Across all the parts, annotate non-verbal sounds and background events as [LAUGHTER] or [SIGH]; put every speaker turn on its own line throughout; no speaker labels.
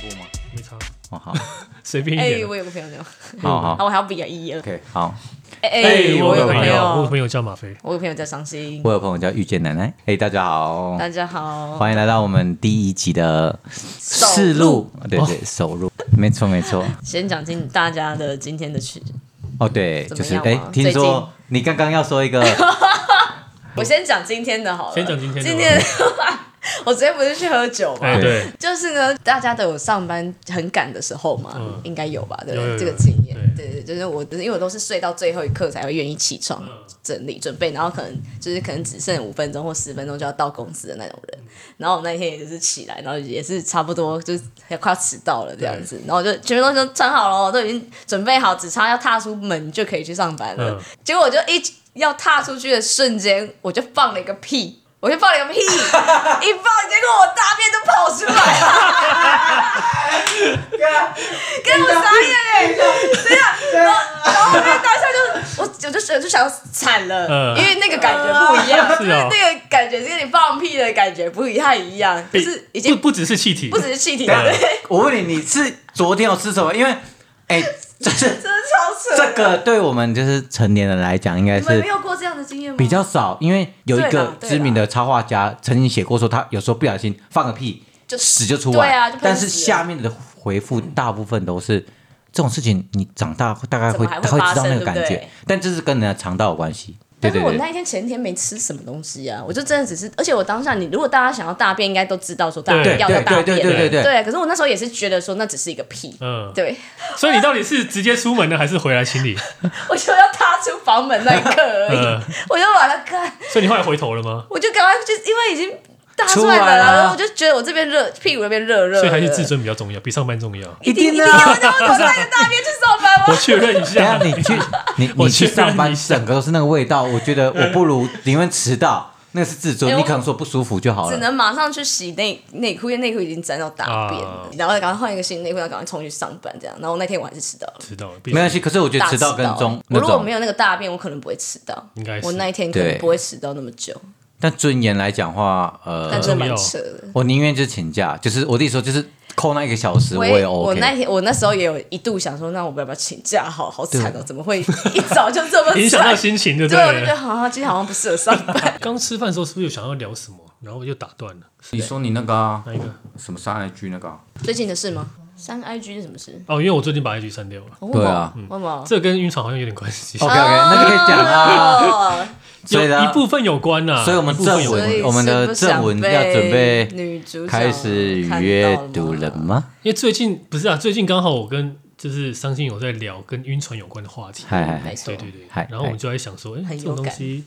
过吗？
没差，
哦好，
随便一
哎、
点的。
我有个朋友这样，
好好
[LAUGHS] 啊，我还要比啊一了。
OK，
好，
哎、哎、
我
我有
个
个
朋友，我有
朋
个
友，
朋友叫马飞，
我有个朋友叫伤心。
我有朋友叫遇见奶奶，哎，大家好，
大家好，
欢迎来到我们第一集的试录，哦对
哦
对，首录，没错没错，
先讲进大家的今天的曲，
哦对，
怎
就
么
是
样
哎
啊，
听
最近
说你刚刚要说
[LAUGHS]
一个，
我先讲今天的好了。
先讲今天的吧
今天 [LAUGHS] 我昨天不是去喝酒
哦
吗？
哎对，
就是呢，大家都有上班很赶的时候嘛，
嗯
应该有吧？对不
有有
对？
有
这个经验，对对，就是我，因为我都是睡到最后一刻才会愿意起床
嗯
整理准备，然后可能就是可能只剩五分钟或十分钟就要到公司的那种人。然后我那天也就是起来，然后也是差不多就是快要迟到了这样子，然后我就全部东西都穿好了，都已经准备好，只差要踏出门就可以去上班了。
嗯
结果我就一要踏出去的瞬间，我就放了一个屁。我就放了一
[LAUGHS]
个屁，一放，结果我大便都跑出来了。
[LAUGHS]
给我傻眼嘞！对呀，然后然后我那当下就我我就我就想惨了，
嗯
因为那个感觉不一样，
[LAUGHS] 是哦
就是那个感觉是跟你放屁的感觉不太一样，就是已经
不不只是气体，
不只是气体了，
对
对，
我问你，你是昨天有吃什么？因为哎，就是
真的超扯。
这个对我们就是成年人来讲，应该
你们
是
没有过这样的经验吗？
比较少，因为有一
对
个
啦对啦
知名的插画家曾经写过说，他有时候不小心放个屁，
就
屎就出来。
对啊就喷
但是
屎了嗯
下面的回复大部分都是这种事情，你长大大概
怎
会
么还会
他会
发
知道那
生
个感
对不
觉
对，
但这是跟人的肠道有关系。对
但是
对
我
对，
那一天前一天没吃什么东西啊，我就真的只是，而且我当下你如果大家想要大便，应该都知道说大
对
便要要大
对对
便，
对对对对
对。可是我那时候也是觉得说那只是一个屁，
嗯，
对， [LAUGHS]
所以你到底是直接出门呢，还是回来清理？
我就要踏出房门那一刻而已，
嗯，
我就把它看，
所以你后来回头了吗？
我就赶快就因为已经大出
出
来了，
来了
然后我就觉得我这边热，屁股那边热热
所
的，
以还是自尊比较重要，比上班重
[LAUGHS]
要。
一定的
一定
啊。
要那么带着大便去上班
[LAUGHS]
我
吗？
确认一
等一下
下，
你去你
[LAUGHS] 我
你去
确认
上班
一，下
整个都是那个味道，我觉
[LAUGHS]
得我不如宁愿迟到，那个是自尊，
哎
你
我
可能说不舒服就好
只
了。
能马上去洗内内裤，因为内裤已经沾到大便了，
啊
然后赶快换一个新内裤，然后赶快冲去上班这样。然后那天我还是迟到了，
知道了，
没关
系。
系，可是我觉得
大
迟到跟中
我
那
如果
种
没，有那个大便，我可能不会迟到，
应该是
我那一天可
对
能不会迟到那么久，
但尊严来讲话，呃，
但真的蛮扯的。
我宁愿就是请假，就是我弟说就是扣那一个小时，我
也
也 OK。
我那天我那时候也有一度想说，那我要不要请假？好好惨哦，
对
怎么会一早就这
[LAUGHS]
么
影响到
惨
心情，对不
对，我就觉得
对？
好像今天好像不适合上班。
[LAUGHS]
刚吃饭的时候是不是有想要聊什么？然后我就打断了。
你说你那个啊
哪一个？
什么三 IG 那个啊，
最近的事吗？删 IG 是什么事？
哦，因为我最近把 IG 删掉了，
哦
对啊，
为什么？
这个跟晕船好像有点关系，
OK，OK，那就可以讲啦
哦
哦所
有
以呢
一，部分有关呐。
所以我们
一部分
正
有
文
关
所以
哦我们的
是不想
正文要准备
被女主角
开始阅读了
看到吗？
吗？
因为最近不是啊，最近刚好我跟就是伤心有在聊跟晕船有关的话题，
嗨嗨嗨
没，错
对，对对
嗨，
然后我们就在想说，哎，
很
这
有嗯
种东西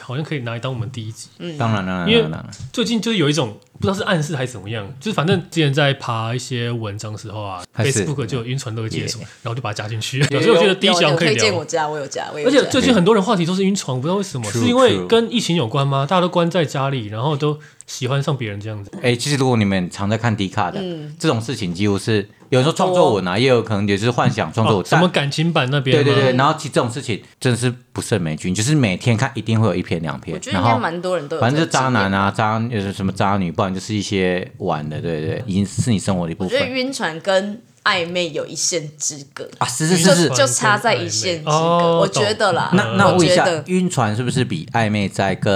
好像可以拿来当我们第一集。
当然了，
因为
当然了，
最近就是有一种不知道是暗示还是怎么样，就是反正之前在爬一些文章的时候啊
还是
，Facebook 就有晕船乐界什么
Yeah，
然后就把它加进去。所以我觉得第一集
有
好
有
像可以
推荐
聊
我。家，我有加，我有
而
加。
且最近很多人话题都是晕船，我不知道为什么，
True，
是因为
true
跟疫情有关吗？大家都关在家里，然后都喜欢上别人这样子。
哎，其实如果你们常在看 D 卡的
嗯
这种事情，几乎是有人说创作
哦
文啊，也有可能也是幻想创作
哦
文，
什
但
么感情版那边
对
吗？
对对，然后其实这种事情真的是不胜枚举，就是每天看一定会有一篇两篇
我，觉得
然
应该
后
蛮多人都有，
反正就是渣男。啊，渣呃什么渣女，不然就是一些玩的，对对，已经是你生活的一部
我觉得
分
晕船跟暧昧有一线之隔，
啊，是是
晕
是
船
是
就。就差在一线之
哦
隔，我觉得啦。
那那我
我
问一
觉
下
得，，
晕船是不是比暧昧在更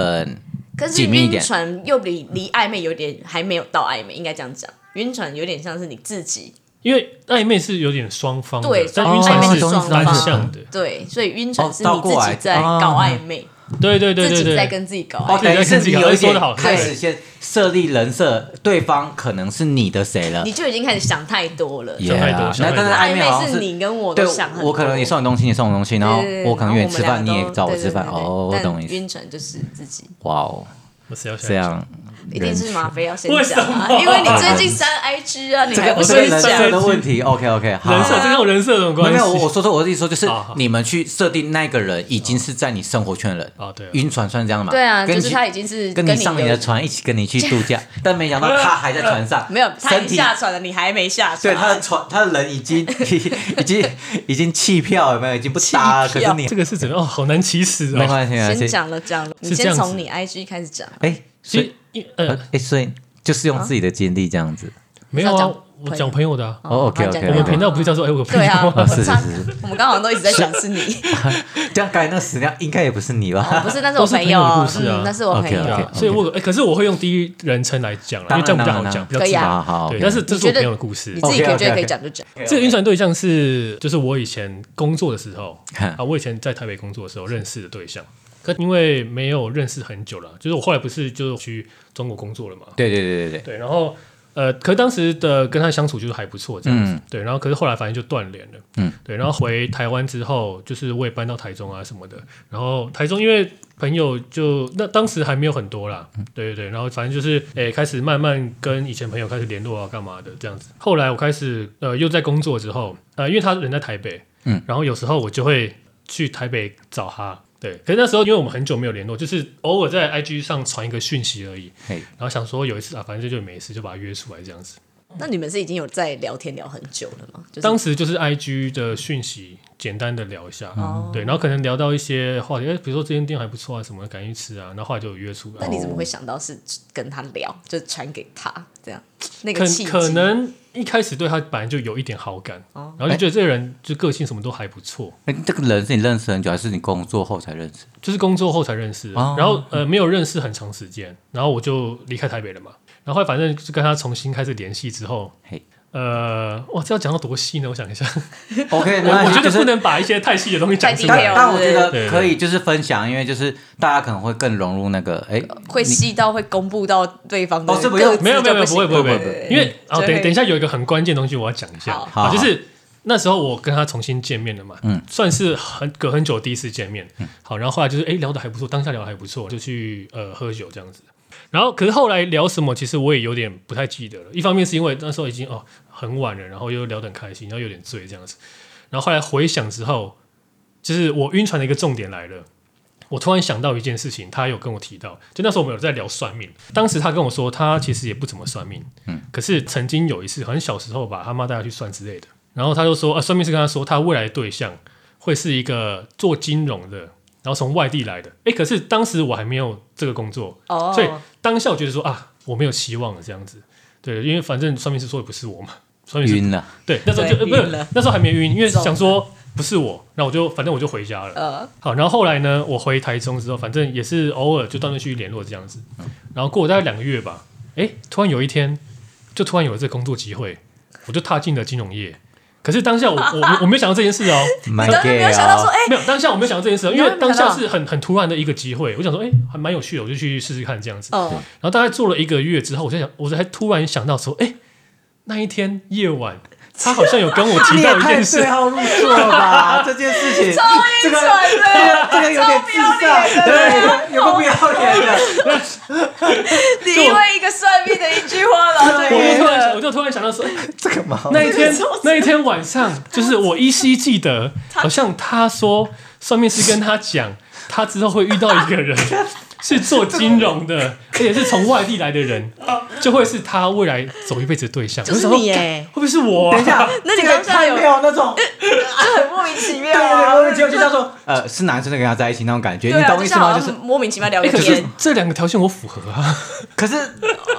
可是
紧密一点
晕船又离离暧昧有点还没有到暧昧，应该这样讲。晕船有点像是你自己
因为暧昧是有点双方的，
对
但
哦
晕船
暧昧
是
是双方
单向的。
对，所以晕船
哦
是
倒
你自
过来
己在
哦
搞暧昧，
对对对
自
对
己在
对，
跟自己搞
哦
暧，昧。
等于是你有一
说
点
得好
开始先设立人设，对方可能是你的谁了
你就已经开始想太多了。
，Yeah，
太多想
那
太
但是
多
暧昧好像
是
是
你跟我
对
都想，很
我可能你
也
送你东西，你送我东西，然后我可能约你吃饭，你也找我吃饭，哦，我懂意思，
晕船就是自己，
哇哦，
我是要
这样
一定是吗啡要先
为什
讲啊，
么
因为你最近删 IG 啊，你
这
还
个
不
这
我
个
是
先
人
想
设
讲。
的问题，OK OK，好，
人设，这跟我人设有什么
没有
关
没
系？
有，我我说说我的意思说就是
好好，
你们去设定那个人已经是在你生活圈的人
啊对啊
晕船算这样嘛？
对啊，
跟
就是
你
他已经是
跟
你
你上你的
有，
船一起跟你去度假，但没想到他还在船上，
[LAUGHS] 没有，他
身
已经
体
下船了，你还没下船。
对他的船，他的人已经 [LAUGHS] 已经已经弃票有没有？已经不搭了，
弃
可是
票
你
这个是怎么样？哦，好难启齿
没
哦。
关系，啊没关
先
系。
讲了讲了，你
是这样
先
子
从你 IG 开始讲。
哎，所
其
以
实因呃
哎，所以就是用自己的经历这样子，
没有
是
啊
要讲，
我讲朋友的啊，
哦
好
，OK，OK，
我们
讲
频道不是叫做哎，我有朋
对
友
[LAUGHS]
啊，
吗？
我
哦是是
们常
是
我们刚好像都一直在想是你，
啊
这样刚才那个屎尿应该也不是你吧？
哦 [LAUGHS] 不是，那是我
都是朋
友
友的
哦
故，事啊
嗯，那是我朋
对
[LAUGHS] 对
友。
啊
OK，OK
所以我有哎，可是我会用第一人称来讲啦，因为这样比较好讲，比
[LAUGHS] 当
较
然当然
自
对
然。
啊
好好
对，
，OK，
但是这
你
是我
觉
朋
得
友的故事
你。自己可以
OK，OK，OK
觉得可以讲就讲，
这个晕船对象是，就是我以前工作的时候啊，我以前在台北工作的时候认识的对象。可因为没有认识很久了，就是我后来不是就去中国工作了嘛，
对对对对对，
对，然后呃，可是当时的跟他相处就是还不错这样子，
嗯
对，然后可是后来反正就断联了，
嗯，
对，然后回台湾之后，就是我也搬到台中啊什么的，然后台中因为。朋友就那当时还没有很多啦，
嗯
对对对，然后反正就是诶、开始慢慢跟以前朋友开始联络啊，干嘛的这样子。后来我开始呃又在工作之后，呃，因为他人在台北，
嗯，
然后有时候我就会去台北找他，对。可是那时候因为我们很久没有联络，就是偶尔在 IG 上传一个讯息而已，
嘿，
然后想说有一次啊，反正就没事，就把他约出来这样子。
那你们是已经有在聊天聊很久了吗？就是
当时就是 I G 的讯息，简单的聊一下，
哦
对，然后可能聊到一些话题，哎，比如说这间店还不错啊，什么赶紧去吃啊，然后后来就有约出来。
那你怎么会想到是跟他聊，就传给他这样？那个
可
契机哦
可能一开始对他本来就有一点好感，然后就觉得这个人就个性什么都还不错，
哎，这个人是你认识很久，还是你工作后才认识？
就是工作后才认识的，
哦
然后呃没有认识很长时间，然后我就离开台北了嘛，然后后来反正就跟他重新开始联系之后 [LAUGHS]
嘿。
呃，哇，这要讲到多细呢？我
[LAUGHS]
想一下，
OK，
我
哎
那
我觉得
就是
不能把一些太细的东西讲
太
出
低
但
来
调。
但我觉
是
不是
得可以就是分享，因为就是大家可能会更融入那个哎，
会细到会公布到对方的
哦是不
各
用
自
没有没有没
就
有
行
不会不会不
不
会
会，
因为哦
就
等
会
等一下有一个很关键的东西我要讲一下，
好
啊
好
就是那时候我跟他重新见面了嘛，
嗯
算是很隔很久第一次见面，好，然后后来就是哎聊的还不错，当下聊的还不错，就去呃喝酒这样子，然后可是后来聊什么，其实我也有点不太记得了，一方面是因为那时候已经哦很晚了，然后又聊得很开心，然后有点醉这样子，然后后来回想之后，就是我晕船的一个重点来了。我突然想到一件事情，他有跟我提到，就那时候我们有在聊算命，当时他跟我说，他其实也不怎么算命，嗯，可是曾经有一次，好像小时候吧，他妈带他去算之类的，然后他就说，啊，算命师跟他说，他未来的对象会是一个做金融的，然后从外地来的，诶，可是当时我还没有这个工作，
哦，
所以当下我觉得说啊，我没有希望了这样子，对，因为反正算命师说也不是我嘛，算命师
晕了，
对那时候就、
对
呃不是
晕了
那时候还没晕，因为
中了
想说不是我，那我就反正我就回家了。
呃，
好，然后后来呢，我回台中之后，反正也是偶尔就断断续续联络这样子。然后过了大概两个月吧，诶，突然有一天，就突然有了这个工作机会，我就踏进了金融业。可是当下我我我没有想到这件
[LAUGHS]
事哦，
蛮
你当然没
gay
有想到说，
啊，
哎，
没有当下我没有想到这件事哦，因为
你当
当
然没想
下
到
是很很突然的一个机会，我想说，诶，还蛮有趣的，我就去试试看这样子。
哦，
然后大概做了一个月之后，我在想，我才突然想到说，诶，那一天夜晚，他好像有跟我
你
提
也
[LAUGHS]
到一
太
件事
对，号入座了吧？ [LAUGHS] 这件事情，这个
超晕船的
这个有点智障，对，有个不要脸的，
你因为一个算命的一句话，然后
我
就晕
就突然
了
想，我就突然想到说，诶哎
[LAUGHS] 这个毛
那一天那一天晚上，就是我依稀
[LAUGHS]
记得，好像他说算命师跟他讲，他之后会遇到一个
[LAUGHS]
人是做金融的，而且是从外地来的
[LAUGHS]
人，
哦
就会是他未来走一辈子的对象。
就是
我就想说
你
干
哎
会不会是我、啊？
等一下，
那你
这个
当下有
太没有那种，
就很莫名其
对
妙
[LAUGHS]
对对，
啊，
我们结果就叫做呃是男生的跟他在一起那种感觉，
对
你
啊，
懂我
就
意思
像
吗？
好
就是
像，莫名其妙聊
哎、
个
可是
天。
这两个条件我符合啊，
可是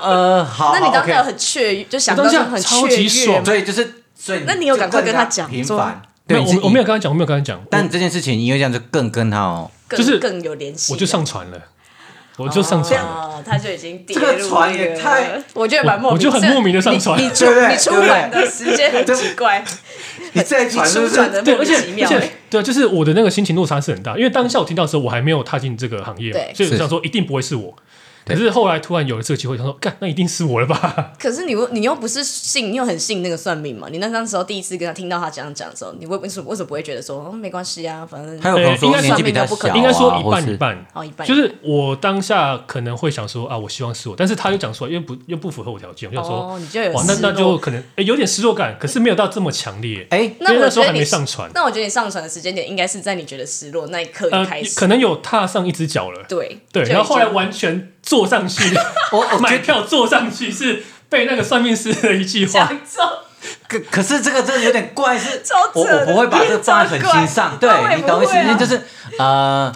呃好，
那你当
好，OK
下有很雀跃，就想
我
到
当
就
下
很
超
雀
级
跃
爽
吗，
所以就是，所以
那你有赶快跟他讲
频
说
繁，
没
对，
有
你是
我我没有跟他讲，我没有跟他讲，
但这件事情因为这样就更跟他哦，
更
就是
更有联系
我
了，
我就上船了，我就上船了。
哦，他就已经跌入
这个船也太，
我觉得蛮莫
我
名，
我就很莫名地上船
你你出
对不对
你出门的时间很奇怪，
你这一
你
传是
出
不
船
是？
的
对，
莫
而
名
且
其
而
妙。欸
且对，啊就是我的那个心情落差是很大，因为当下我听到的时候，我还没有踏进这个行业嘛，
对
所以我
是
想说一定不会是我。可
对
是后来突然有了这个机会，想说，干，那一定是我了吧？
可是你又你又不是信，你又很信那个算命嘛？你那当时候第一次跟他听到他这样讲的时候，你为为什么为什么不会觉得说、哦、没关系啊，反正
还
[LAUGHS]
有朋友
哎应
说
该
年纪比他
算命都不可
小
能
啊，
应该说一
或
半
是
一半，
哦一半
就是我当下可能会想说啊，我希望是我，但是他又讲出来，因为不又不符合我条件，我就想说，
哦，你就有
哇，那
失落
那就可能哎诶有点失落感，可是没有到这么强烈。
哎，
那
因为
我
那时
觉
候
得
还
你
没上船，
那我觉得你上船的时间点应该是在你觉得失落那一刻
呃
一开，始，
可能有踏上一只脚了，
对
对，
就已
然后后来
经
完全坐上去，
我我觉
买
得
票坐上去是被那个算命师的一句话
讲中，
可可是这个真的有点怪，是
[LAUGHS] 超扯
我
的
我不会把这个放在很心上，
超怪
对你懂我意思，
我也
因为
不会啊哦
就是呃。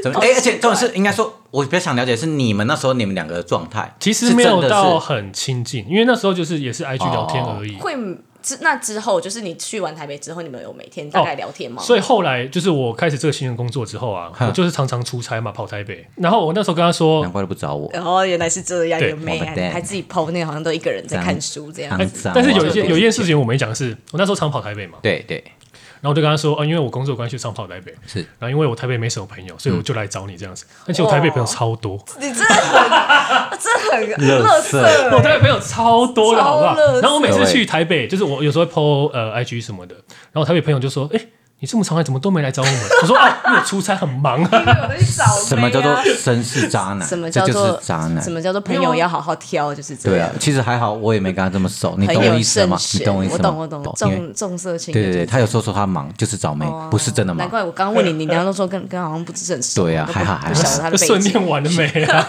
怎怎么？哎、而且重点是，应该说，我比较想了解是你们那时候你们两个的状态，
其实
是
没有
真的哦
到
是
很亲近，因为那时候就是也是 IG 聊天而已。
会之那之后，就是你去完台北之后，你们有每天大概聊天吗？
哦所以后来就是我开始这个新的工作之后啊，
哼
我就是常常出差嘛，跑台北。然后我那时候跟他说
难，怪都不找我，
然后哦原来是这样，
对
有妹啊
我的天
还自己抛那个，好像都一个人在看书这样
肮
子。
脏。
哎但是有一
我
件
的
有一件事情我没讲的是，我那时候常跑台北嘛，
对对，
然后我就跟他说，哦，因为我工作的关系常跑台北，
是
然后因为我台北没什么朋友，所以我就来找你这样子。而且我台北朋友超
[LAUGHS]
多，
你真的很，真的很
垃圾
乐色。
我台北朋友超多的，好不好
超热情？
然后我每
欸
次去台北，就是我有时候会 PO 呃 IG 什么的，然后台北朋友就说，哎、你这么常来，怎么都没来找我们？我说啊，因为我出差很忙啊。
因为我都去找妹啊
什么叫做绅士渣男？
什么叫
这就
做
是渣男
什？么叫做朋友要好好挑，就是这
对啊
样。，
其实还好，我也没跟他这么熟，你
朋
懂我
友
意思
慎
吗？你
选，
懂我意思
我
吗？
懂我懂，
因为
重重色轻友。
对对对，
就是
他有时候说他忙，就是找妹，不是真的
哦难
忙。
怪我刚刚问你，你娘都说跟跟好像不是很熟。
对啊
我都不
还好还好
不晓得他的
[LAUGHS]
背
顺
景，
念完了没
[LAUGHS]
啊？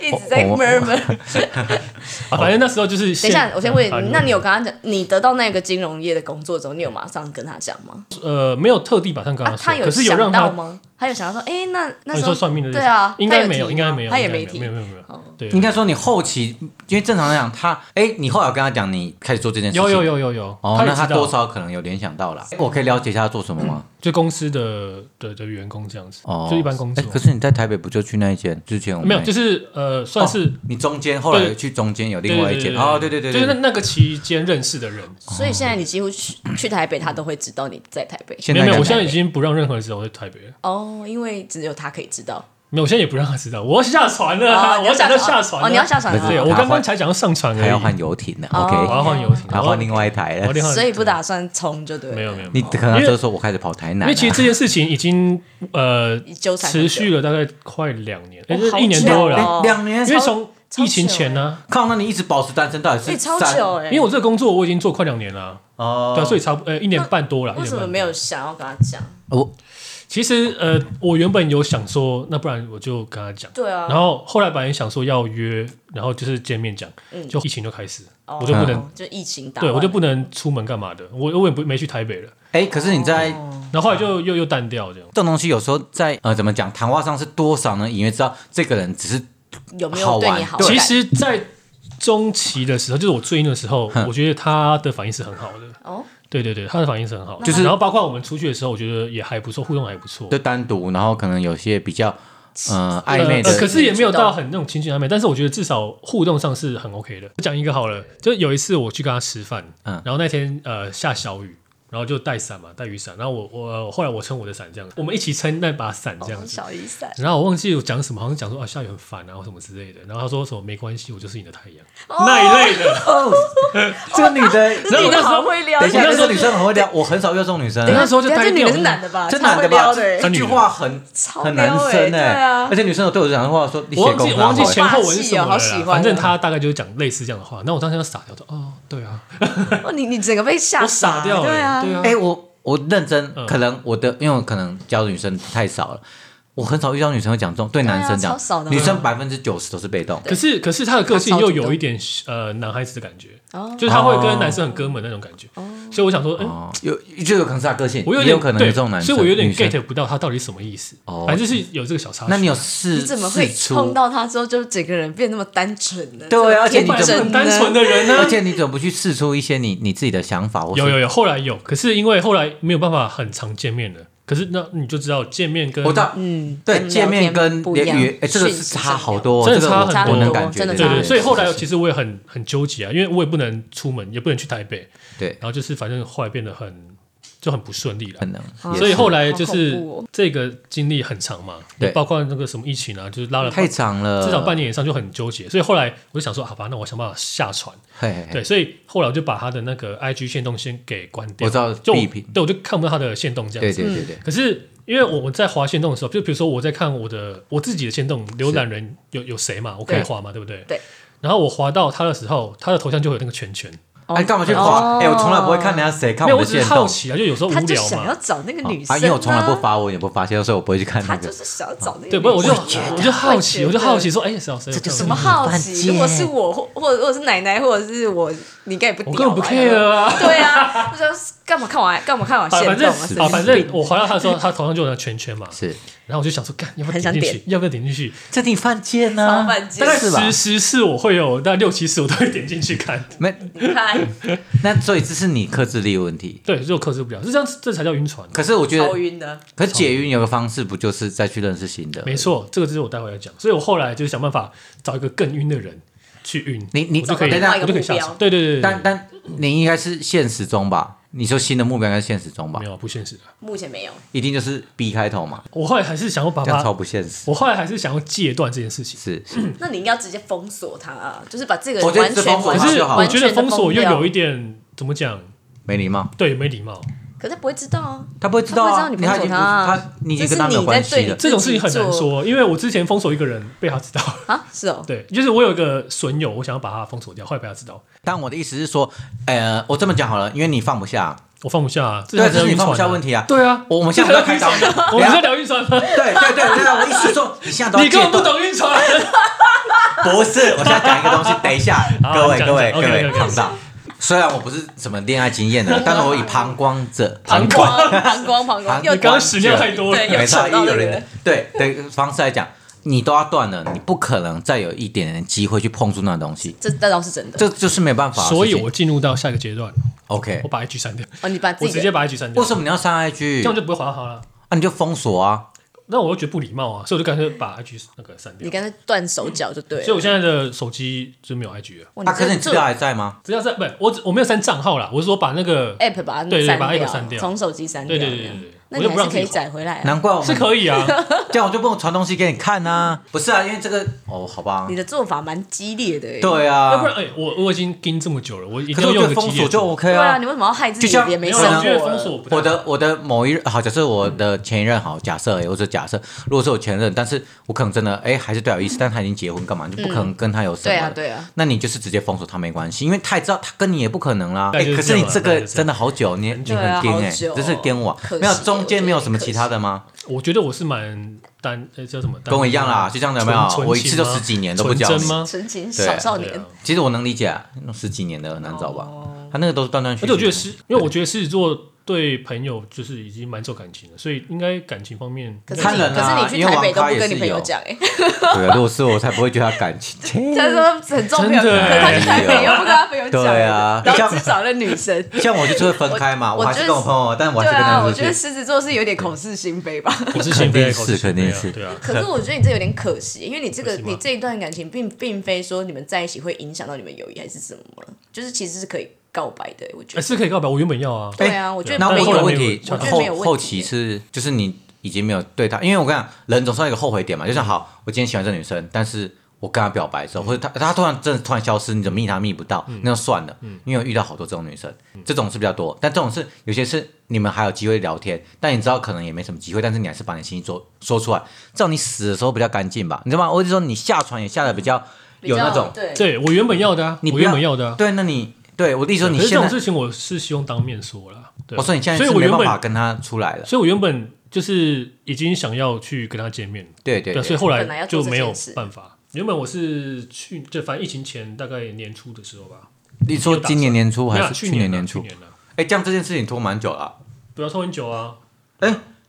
一直在
我我
murmur。
[LAUGHS]
啊反正那时候就是
等
现。
一下，我先问
啊
你，那你有跟他讲，你得到那个金融业的工作之后，你有马上跟他讲吗？
呃没有特地把上跟
啊，
说，
他有
可是有让
想
他哦
到吗？他有想到说，哎，那那
你
时
说
候
算命的日子
对啊，
应该
他
没有，
有提
应该
吗
没有，
他也
应该
没提哦
没有，没有没有没有。对，
应该说你后期，因为正常来讲，他哎，你后来有跟他讲你开始做这件事情，
有有有有有。
哦，那
也
他
知道
多少可能有联想到啦。哎我可以了解一下他做什么吗？
就公司的的的员工这样子，
哦，
嗯就一般工作
哎。可是你在台北不就去那一间？之前我们
没有，就是是呃，算是
你中间后来
对
去中间有
对
哦另外一间哦，对对对，
就是那
对
那个期间认识的人。
所以现在你几乎去去台北，他都会知道你在台北
现
没
在
有没有，
应
我
该
哦现在
没
已经不让任何人知道我在台北了。
哦，因为只有他可以知道。
[LAUGHS] 没有，我现在也不让他知道，我要下船了啊，
哦，
我
你要
要讲到
下
下
船
船
哦，
了。
你要下船
不
对，
是
了。
我刚刚才讲到上船而已，
还要换游艇的
哦
我要
，OK，
换游艇，
还要换另外一台
我要
了。
另外一个
所以不打算冲就对
哦
了。
没有没有，没
你
有
可能就是说我开始跑台
因
南
为
啊，
其实这件事情已经呃
纠缠
持
很久
续了大概快两年，哎，
哦
就是
好
一年
久
多了，
哦
哎两年
因为
超
从疫情前呢，
靠，那你一直保持单身到底
所以
是
超
三
久哎、
因为我这个工作我已经做快两年了，
哦，
对啊，所以差不呃一年半多了。
为
一
什
年
么
半
没有想要跟他讲？
我
其实呃，我原本有想说，那不然我就跟他讲。
对啊，
然后后来本来想说要约，然后就是见面讲，就疫情就开始，我就不能，
嗯哦、就疫情打，
对我就不能出门干嘛的，我我也不没去台北了。
哎，可是你在
哦
然后后来就又又淡掉这样。
这种东西有时候在呃怎么讲谈话上是多少呢？隐约知道这个人只是
有没
好
有
玩
对你好感？
其实，在中期的时候，就是我追的时候，我觉得他的反应是很好的。
哦，
对对对，他的反应是很好的，
就是
然后包括我们出去的时候，我觉得也还不错，互动还不错。
就单独，然后可能有些比较呃暧昧
呃呃可
的，
是也没有到很那种情绪暧昧，但是我觉得至少互动上是很 OK 的。讲一个好了，就有一次我去跟他吃饭，
嗯
然后那天呃下小雨，然后就带伞嘛，带雨伞，然后我我呃后来我撑我的伞这样，我们一起撑那把伞这样
哦
子。
小雨伞
然后我忘记我讲什么，好像讲说啊下雨很烦啊或什么之类的，然后他说什么没关系，我就是你的太阳、那一类的。
哦，这个女的，
然后
你
我那
的
时候
好会撩，
等一下，
呃
你
这
的
个女生很会聊，我很少遇到这种女生
等一，下那时候就
等一下
呆
这女
掉
的是男的吧？
这
超
男的
会
啊吧？
撩的欸、
这句话很
超
很男
撩欸
生
对
哎
啊，
而且女生有对我讲话说，你
我
写功
忘记我
课啊好
忘
不
记
好
前后文是什么了
好霸
啦
气哦好喜欢哦
反正他大概就是讲类似这样的话，那我当时就傻掉，说哦对啊，
哦，你你整个被吓
我傻掉了、
对啊，
对
哎、我我认真
嗯，
可能我的因为我可能教的女生太少了，我很少遇到女生会讲这种，对男生
对啊
讲，
超少的啊
女生百分之九十都是被动。
可是可是他的个性
他超
又
主动
有一点呃男孩子的感觉，
哦
就是他会跟男生很哥们那种感觉，所以我想说，哎、
哦，有就有可能是他个性，
我有
也
点
有可能
对
有这种男生，
所以我有点
女生
get 不到他到底什么意思，
哦
反正就是有这个小插曲。
那你有试？
你怎么会
试出
碰？到他之后就整个人变那么单纯呢？
对啊而且你
本来
怎
是
么
很单纯的人呢、
而且你怎么不去试出一些你你自己的想法？或是
有有有，后来有，可是因为后来没有办法很常见面了，可是那你就知道见面跟
我到
嗯，
对
跟聊
见面
天
跟
不一样
言语，哎，这个
讯
是
息
差
上
好
面
多哦，
真的
这个
差
我
很多
我能感觉，
真的
对对
差很
对，
多
所以后来其实我也很很纠结啊，因为我也不能出门，也不能去台北，
对
然后就是反正后来变得很就很不顺利了
可。能
啊
也
所以
是
后来就是
好恐怖哦
这个经历很长嘛，
对
也包括那个什么疫情啊，就是拉了
太长了，
至少半年以上就很纠结，所以后来我就想说，好吧，那我想办法下船。
嘿，嘿嘿
对，所以后来我就把他的那个 IG 限动先给关掉，
我知道
就
闭屏
对，我就看不到他的限动这样
对
子。
对对对，
可是因为我我在滑限动的时候，就比如说我在看我的我自己的限动，浏览人有有谁嘛，我可以
对
滑嘛，对不对？
对。
然后我滑到他的时候，他的头像就会有那个圈圈，
哦
哎，干嘛去滑？哎，我从来不会看人家谁看
没有，
我
我
的
只是
线
好
动。
奇啊，就有时候无
他就
聊
想要
嘛，
找那个女生、
啊，因为我从来不，发文，也不发现，所以我不会去看那
他
个
就。是想要找那个女
对，
生。啊
不是，我就
觉得
我就好奇，我就好奇。说，哎，
这
这
就是什么好奇？如果是我，或或或者是奶奶，或者是我你应该也不屌
我
吧
根本不 care 啊。
对啊，不知道是干嘛看完干嘛看完
好，
现
反
动
正
啊，神
好，
经
反正我滑到他的时候，他头上就有那圈圈嘛，
是
然后我就想说，干，要不
很
要
想
点进去
点？
要不要点进去？
这挺犯贱呢、
超犯贱
大概
是吧
十？十次我会有，大概六七次我都会点进去看。
没，
你看
那所以这是你克制力的问题。
[LAUGHS] 对，就克制不了，是这样，这才叫晕船。
可是我觉
超
得，
晕的，
可是解晕有个方式，不就是再去认识新的？
没错，这个就是我待会要讲。所以我后来就是想办法找一个更晕的人去晕，
你你
我就可以，
等一下
我就可以下
找
手
到
对
一个目标。
对对对
但
对，
但你应该是现实中吧？你说新的目标应该是现实中吧
没？有不现实的。啊
目前没有。
一定就是 B 开头嘛，
我后来还是想要把
这样超
它，
不现实。
我后来还是想要戒断这件事情。
是，
那你应该要直接封锁他啊，就是把这个
我觉得
完
直接
全
封锁
完
可
他
全
是
就好
我觉得
完全
封
地
锁又
掉
有一点怎么讲？
没礼貌，
对，没礼貌。
可是他不会知道啊，
他不会知道啊，
他不会知道
已
你封锁
经不
他啊
他你已经跟他没有关系了
这。
这种事情很难
自己
说，因为我之前封锁一个人被他知道， [LAUGHS]
啊，是哦，
对，就是我有一个损友，我想要把他封锁掉，后来被他知道，
但我的意思是说，呃，我这么讲好了，因为你放不下，
我放不下啊，
对，这
才叫
是你
晕
放不
船
下
啊
问题啊。
对啊，
我我们现在不要开导你，
[LAUGHS]
等一
我们在
下
聊晕船
[LAUGHS]
吗？
对对对对，啊我意思是说，
[LAUGHS]
你现在都要
你根本
戒
不
断，
懂晕船。
[LAUGHS] 不是？我现在讲一个东西，等一下，
[LAUGHS] 好
各位
讲
各位各
讲
位，
OK，OK，OK
看不到。虽然我不是什么恋爱经验
[LAUGHS]
的，但是我以旁观者、
旁观
膀 [LAUGHS] 胱膀胱膀胱
旁
又
你刚刚食量太多了
对，
[LAUGHS]
又
没错，
扯到
一
那
有
个
人对的方式来讲，你都要断了，你不可能再有一点点机会去碰触那东西，
这这倒是真的。
这就是没办法啊的事情。
所以我进入到下一个阶段，
OK，
我把 IG 删掉，
哦，你把
我
自
直
己
接
的
把 IG 删掉
为，什么你要上 IG？
这样就不会滑到他了。
啊，你就封锁啊，
那我又觉得不礼貌啊，所以我就干脆把 IG 那个删掉
你。刚才断手脚就对
所以我
了。
现在的手机就没有 IG 了，
哇
啊，可是你资
这
料还在吗？
只要删不是我只我没有删账号啦，我是说把那个
哎
app 把它
对对
删
把 app
掉，
删掉
从手机删
对
掉。
对对对对
那
我
你
就不
还
让
是
自
可
己
以载回来啊。
难怪我
是
们
可以
[LAUGHS]
啊，
这样，我就不能传东西给你看啊。不是啊，因为这个哦，好吧
你，的做法蛮激烈的耶。
对
要
啊
不然，哎，我我已经盯这么久了，我一
可是
定要
我觉
用个
得封
激烈
锁
的
就 OK
对啊，
啊
你。为什么要害自己
就像
也没
没有
生
可能
我觉得
活
封
了？
锁不太
我的
好
我的某一任好，假设我的前一任好，假设我是假设，如果是我前任，但是我可能真的哎还是对他有意思，但他已经结婚干嘛，就不可
嗯
能跟他有什么
对
了。
啊，对啊。
那你就是直接封锁他没关系，因为他也知道他跟你也不可能啦。
对
哎、
就是
可
这
是
样
你
啦
这
对
个
就是这样
真的好久，你你
对啊
很颠哎、
好久哦
这是颠我
可，惜
没有中间没有什么
我觉得
其他的吗？
我觉得我是蛮单，呃，叫什么？
跟我一样啦，就这样的有没有？
纯
我一次就
纯情吗
十几年都不交
纯
你
真。吗？
纯情
对
小少
嗯对
年
啊，
其实我能理解、啊，那种十几年的很难找吧？
哦
他那个都是断断续续的。
而且我觉得狮，因为我觉得狮子座对朋友就是已经蛮重感情了，所以应该感情方面，
可是
看
你
人
可
啊
是你去
因为
台北
网咖
都不
也
跟
是
你朋友
有
讲哎，
对啊，如果是我才不会觉得他感
[LAUGHS]
情。切
他说很重朋友，
真的
可是他去台北
哎
又不跟他朋友讲，
对啊
然后只找那女生。
像我就是会分开嘛，
我
我还是
我觉得
跟我朋友，但我还
对
是跟
啊，
他
我
们
觉得
出去。
狮子座是有点口是心非吧。
口是心非，
肯定是
口是心
肯
非
定
啊
是
对啊。
可是我觉得你这有点可惜，因为你这个
可惜吗
你这一段感情并并非说你们在一起会影响到你们友谊还是什么，就是其实是可以告白的。我觉
哎
得
是可以告白，我原本要啊，
对啊，我觉得
哎那
但
没
我
后
有
来
个
有
没
问题，
我觉得没有
后
问题
后期是就是你已经没有对他，因为我跟你讲，人总是有一个后悔点嘛。就像好，我今天喜欢这女生，但是我跟她表白之后，或者她她突然真的突然消失，你怎么密她密不到，那就算了。因为我遇到好多这种女生，这种是比较多，但这种是有些是你们还有机会聊天，但你知道可能也没什么机会，但是你还是把你心意说说出来，这种你死的时候比较干净吧，你知道吗？我就说你下船也下的比较有那种，
对
对我原本要的啊，
你
我
不
原
要
本要的啊。
对，那你对我的意思说你
可是这
现
种
在，
事情我是希望当面说啦。对啊
我说你现在
所以
是
我
没
原
办
本，
法跟他出来了，
所以我原本就是已经想要去跟他见面了，
对对对。
对啊，所以后
本来
来
要
就
做这
没有
件事
办法。原本我是去，就反正疫情前大概年初的时候吧，
你说今年年初
没有
还
啊
是
去
去年
啊
年初
去？年了，
哎，这样这件事情拖蛮久了啊、
不要拖很久啊。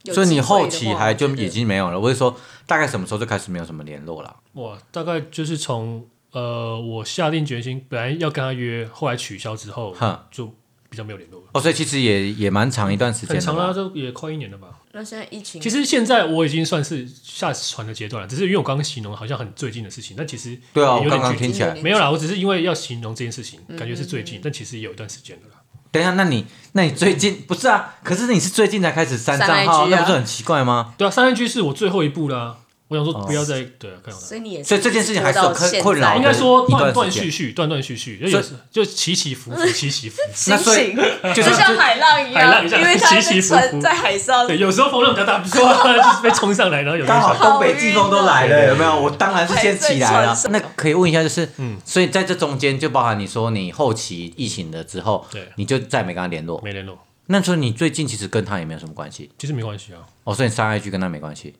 有
所以你
机会的
后
话
期还就
我觉得
已经没有了。我是说，大概什么时候就开始没有什么联络了？
哇，大概就是从呃，我下定决心，本来要跟他约，后来取消之后，
哼，
就比较没有联络了。
哦，所以其实也也蛮长一段时间
很
了
长
吧。
啊，这也快一年了吧。
那现在疫情
其实现在我已经算是下船的阶段了，只是因为我刚刚形容好像很最近的事情，但其实
对啊，
也
我
有
刚
点
刚
距离
听起来。
没有啦，我只是因为要形容这件事情，感觉是最近，但其实也有一段时间了啦。
等一下，那你那你最近不是啊？可是你是最近才开始删
删
账号，
IG 啊
那不是很奇怪吗？
对啊，三 G 是我最后一步啦。我想说不要再对啊，看到他。
所以你也是
所以这件事情还是有
拖到
困
现在
困扰的
应该说
一段
断
时
断
间
续续，断断续续，就
所以
有时就起起伏伏，起起伏伏。
心
那所以
情，
[LAUGHS] 就
就
像
像海浪一
海浪
样，
一样
因为它
起起
是
伏伏
船在海上，
[LAUGHS] 对，有时候风浪比较大，不
[LAUGHS]
错，就是被冲上来，然后有点
刚好
小。
东北季风都来
好
了，
晕啊
有没有？我当然是先起来了
还在。船
那可以问一下，就是，
嗯
嗯，所以在这中间就包含你说你后期疫情了之后，
对
你就再没跟他联络。
没联络，
那说你最近其实跟他也没有什么关系，
其实没关系啊，
哦，所以你上 IG 跟他没关系，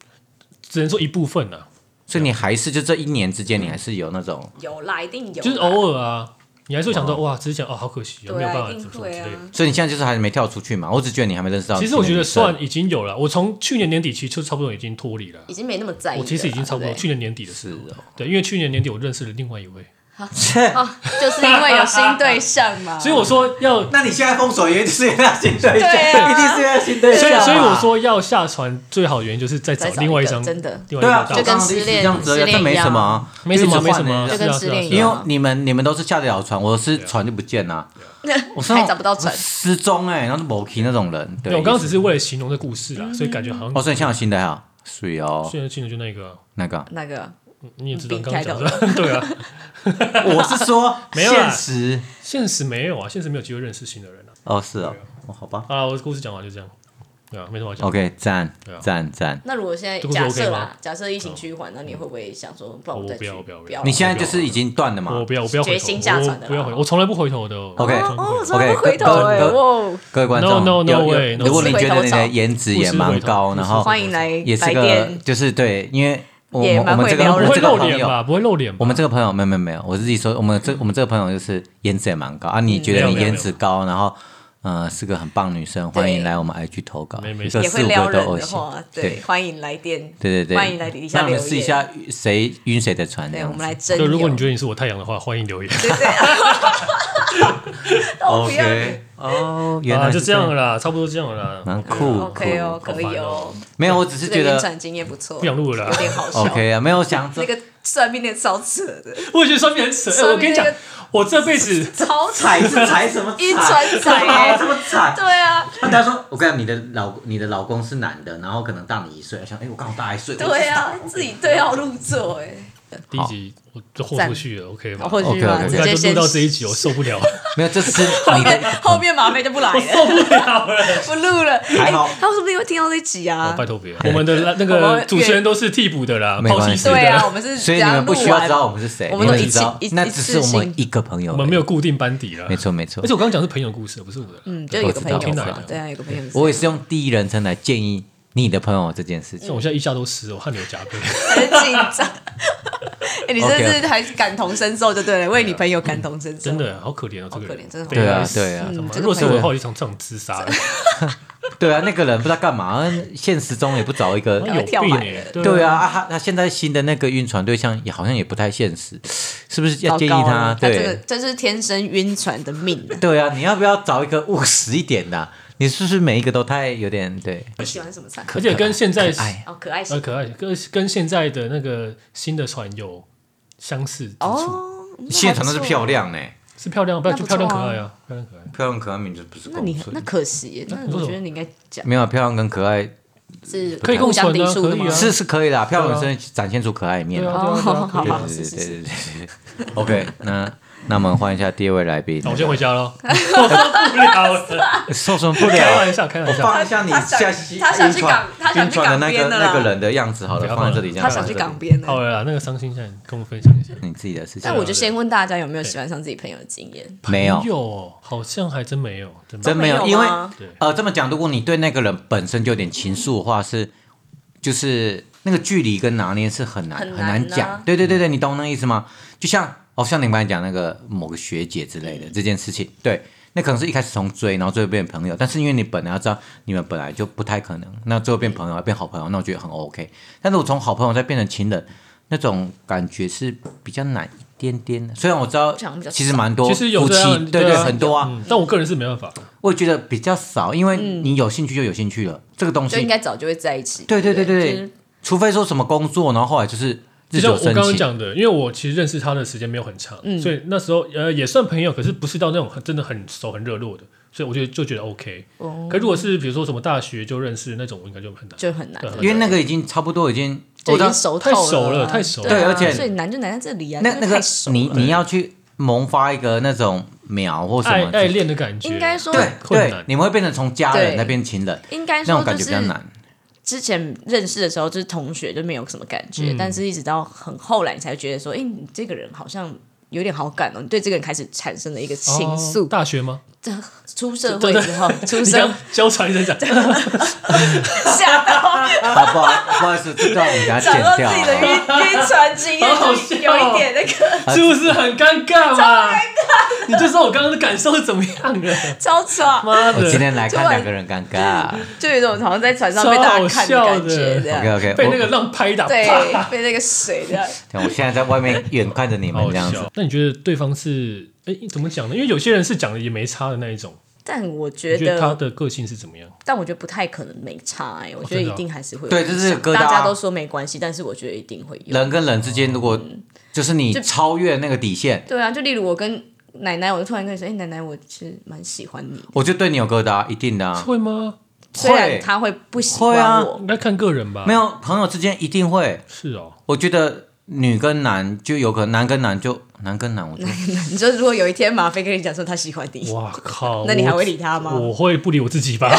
只能说一部分啊，
所以你还是就这一年之间，你还是有那种
有啦，一定有啦，
就是偶尔啊，你还是会想到哇，只是想哦，好可惜，哦，没
对
有办
啊，
法
一
怎
定
么怎么
会
之类的。
啊。
所以你现在就是还没跳出去嘛？我只觉得你还没认识到。
其实我觉得算已经有了，我从去年年底其实就差不多已经脱离了。
已经没那么在意了
我
啦，
其实已经差不多，
对
去年年底的
是
事。
哦，
对，因为去年年底我认识了另外一位，
哦，就是因为有新对象
[LAUGHS]
嘛。[LAUGHS]
所以我说要，
那你现在封锁一定是因为他新对象，
对啊
一定是因为他新对
所
象
以
嘛。
所以我说要下船最好的原因就是再找
再找
另外一
一个
张，
真的
另外
对
一
啊，
张
就
照
跟
片，
刚刚的意思
失恋
这样子而已，
失恋
这没
一样
什么，
啊没什么
就一
没
直换
什
人
么，
就
啊
跟
是啊
失恋一
是
因
啊
为你们你们都是下得了船，我是船就不见了，我是那
还
种
找不到船，
失踪哎，然后就 k 那种人。对，
对我刚刚只是为了形容这故事啦，所以感觉好像
嗯
哦，所以你现在有新的哈，水哦，
现在去年就那个啊，
那个
那个
你也知道
嗯
刚刚讲
比
的， [LAUGHS] 对啊，
我是说
[LAUGHS] 没有啦
现实
现实没有啊，现实没有机会认识新的人啊。
哦，是哦，哦好吧
好啦，我的故事讲完就这样，对啊，没什么好讲。
，OK，赞
对啊
赞赞。
那如果现在
这个是
假
OK
设
吗嗯
啦，假设疫情趋缓，那你会不会想说，不然
我
再
不
去？
要我不要我不要
你现在就是已经断了
我
嘛？
不要，我不要回
决
头，
心下
我
船的啦
不要回，我从来不回头的哦。
OK
我从来不回头
哦，从来不回头
OK，
哎，
各
哇！
各位观众
No, no, no
有有
way, no
如果你
way
觉得你的颜值也蛮高，
不是
然后
欢迎来
也是
白
个
店，
就是对，因为我
也
我我
蛮
们这
会
个
撩
我
不
们
会
这个
露
朋
脸
友，
吧？不会露脸吧？
我们这个朋友没有没有没有，我自己说，我们这我们这个朋友就是颜值也蛮高啊。你觉得你颜值高，然后呃是个很棒女生，
对
欢迎来我们 IG 投稿，
没没
你说
也会
四五
撩
个都
人
O
的
型
话，，对，
对
欢迎来电，
对对对，
欢迎来底下
让我
留
们
言。
试一下谁晕谁的船，这
对，
样
我
子
们来真
对，
友。
如果你觉得你是我太阳的话，欢迎留言。
对对， [LAUGHS] 哦不要
哦，原
啊，
来
就是这样了，啦，差不多这样了啦。
蛮酷
，OK 哦，
酷
可以哦，
没有，我只是
这
觉
个晕
得
船经验不错，
不想录了啦
有点好笑。
OK 啊，没有想
那个算命的超扯的，
我也觉得算命很扯。哎
算
我
命
跟你讲
那个，
我这辈子
超扯，
踩是踩什么
一船踩哎
么踩？
对啊，
大家说，我跟你讲，你的老你的老公是男的，然后可能大你一岁，想哎，我刚好大一岁，
对啊，自己对号入座哎，
第一集我就豁出去了，OK 吗？
或许
OK，OK，
吧，
我
啊直
刚才
接
就
先
录到这一集，我受不了。
没有，这是
后
你
[LAUGHS]
的
面后面马飞就不来了，
不了了。
不录了。
还
哎，
好
他说不定会听到这集啊
哦拜。托别，我们的那个主持人都是替补的啦，
没
抛
关
弃
系
式的，
对啊，我们是
所以
只
你
要
们不
录
需要
完
知道我们是谁，
我们
你
都
只
一
知道
起一
那
一
只
次
是我们
性
一个朋友而已，
我们没有固定班底啦。
没错没错
而且。我刚刚讲是朋友故事，不是我的。
嗯，就有个朋
我
友
知道
嘛，对啊，有个朋友是，
我也是用第一人称来建议你的朋友这件事情
像。我现在一下都湿了，我汗流浃背。
[LAUGHS] 很紧张。哎，你真
OK，OK
是还感同身受，就对了，为你朋友感同身受，
真的好可怜啊，这
好
个
可
人
怜，真的好
悲哀
对啊
死了
对啊
他妈
嗯这个
如果是我
朋
的
友
话，我就想这种自杀了，
对啊，那个人不知道干嘛， [LAUGHS] 现实中也不找一
好
个
[LAUGHS] 像有
跳
病
海
哎。
对啊，，啊他他现在新的那个晕船对象也好像也不太现实，是不是要
糟
建议
糕了他这个
对
这是天生晕船的命啊。
对啊，你要不要找一个务实一点的啊？你是不是每一个都太有点对？
你喜欢什么菜？
而且跟现在
可爱
哦，可爱
呃
型
可爱，跟跟现在的那个新的船有相似之处，
哦，那
现场
还
都
不
是
错
漂。亮呢，
是漂亮，不要
那
就
不
漂
错
亮可
啊
爱啊，漂亮可爱。
漂亮可爱名字不是
那你那可惜耶，那
你说
我
什
觉
么
得你应该讲
没有漂亮跟可爱
是
可以
互相
共存
抵
啊
触的
可以
吗
啊？
是是可以的啊，漂亮
对
女生展现出可爱一面
对
嘛
啊，对啊，对啊可以
对
啊
好好
对
是是
对
是
对对对对。OK，那那我们换一下第二位来宾
那。我先回家了，
[LAUGHS]
我受不了了，
受损不
开玩
了，
笑，开
我
玩笑。
放一下你
他想
下西
他想去
晕船
港他想去
晕船的
港
那个
边的啦
那个人的样子好
不
了，
要
放在
放
这
了
里这样。
他想去港边
好
呢。
了啦，那个伤心现在跟我分享一下。
你自己的事情
但。我就先问大家有没有喜欢上自己朋友的经验？
没有
朋友哦，好像还真没有，真
真
没
没有
有吗，
因为
对
呃，这么讲，如果你对那个人本身就有点情愫的话，是就是那个距离跟拿捏是很难
很
很
难啊
难讲。对对对对，你懂那意思吗？就像哦，像你刚才讲那个某个学姐之类的
嗯
这件事情，对，那可能是一开始从追，然后最后变朋友，但是因为你本来要知道你们本来就不太可能，那最后变朋友变好朋友，那我觉得很 OK。但是我从好朋友再变成情人，那种感觉是比较难一点点的。虽然我知道
这样比较，
其实蛮多
其实有
夫
这样
妻，对
对啊
很多啊，
嗯，但我个人是没办法，
我觉得比较少，因为你有兴趣就有兴趣了，这个东
嗯就应
西，
该早就会在一起。
对对
对
对
不
对
就
对
是，
除非说什么工作，然后后来就是日
就像
久
我刚
生
刚
情。
讲的，因为我其实认识他的时间没有很长，所以那时候呃也算朋友，可是不是到那种很真的很熟很热络的，所以我就就觉得 OK。可如果是比如说什么大学就认识那种，我应该就很难。
就很难
对，
对
因为那个已经差不多已经，
就
我
已
知道
经熟
太
透
熟
了
了
啊，
太熟了
对
啊
而且
所以难就难在这里啊，
那
真
那个
的太熟
你
了
你要去萌发一个那种苗或什
爱
么，
爱恋的感觉，
应该说
对
困
对
难，
你们会变成从家人
对
那变情人，
应该
那种
说
感
就
觉比较
是
难。
之前认识的时候就是同学就没有什么感
嗯
觉，但是一直到很后来你才觉得说，哎、你这个人好像有点好感哦，你对这个人开始产生了一个情愫。
哦大学吗？
这出社会之后，
[LAUGHS]
出
你
社
刚交传一声讲， [LAUGHS]
吓到，
好不好？不好意思，这段我们给它剪
找到
掉
自己的
好
晕
[LAUGHS]
不好。
晕船经验，
好好
就
笑
有一点那个
是不是很尴尬嘛？你就知道我刚刚的感受是怎么样的，
超爽，
妈的
我，今天来
突
看
然
两个人尴尬。
就有一种好像在船上被大家看的感觉，这
OK
样
OK，
被那
我
个浪拍打，啪
对，被那个水这样。
等我现在在外面远看着你们
好
这样子
笑。。那你觉得对方是哎怎么讲呢？因为有些人是讲的也没差的那一种，
但我觉
你觉得他
得，
的个性是怎么样？
但我觉得不太可能没差哎，我觉
真
得
的
一
哦
定还是会有
对这是
影响
疙瘩啊
大家都说没关系，但是我觉得一定会有。
人跟人之间，如果
嗯
就是你超越那个底线，
对啊，就例如我跟奶奶，我就突然跟你说，哎，奶奶，我其实蛮喜欢你，
我就对你有疙瘩，一定的啊。
会吗？
虽然
会，
她会不喜
会
欢
啊
我，
应该看个人吧。
没
有，
有朋友之间一定会。
是哦，
我觉得女跟男就有可能，男跟男就男跟男，我
[LAUGHS]
就
你说如果有一天马飞跟你讲说他喜欢你，
哇靠！
那你还
我
会理他吗
我会不理我自己
[LAUGHS]
吧。 [LAUGHS]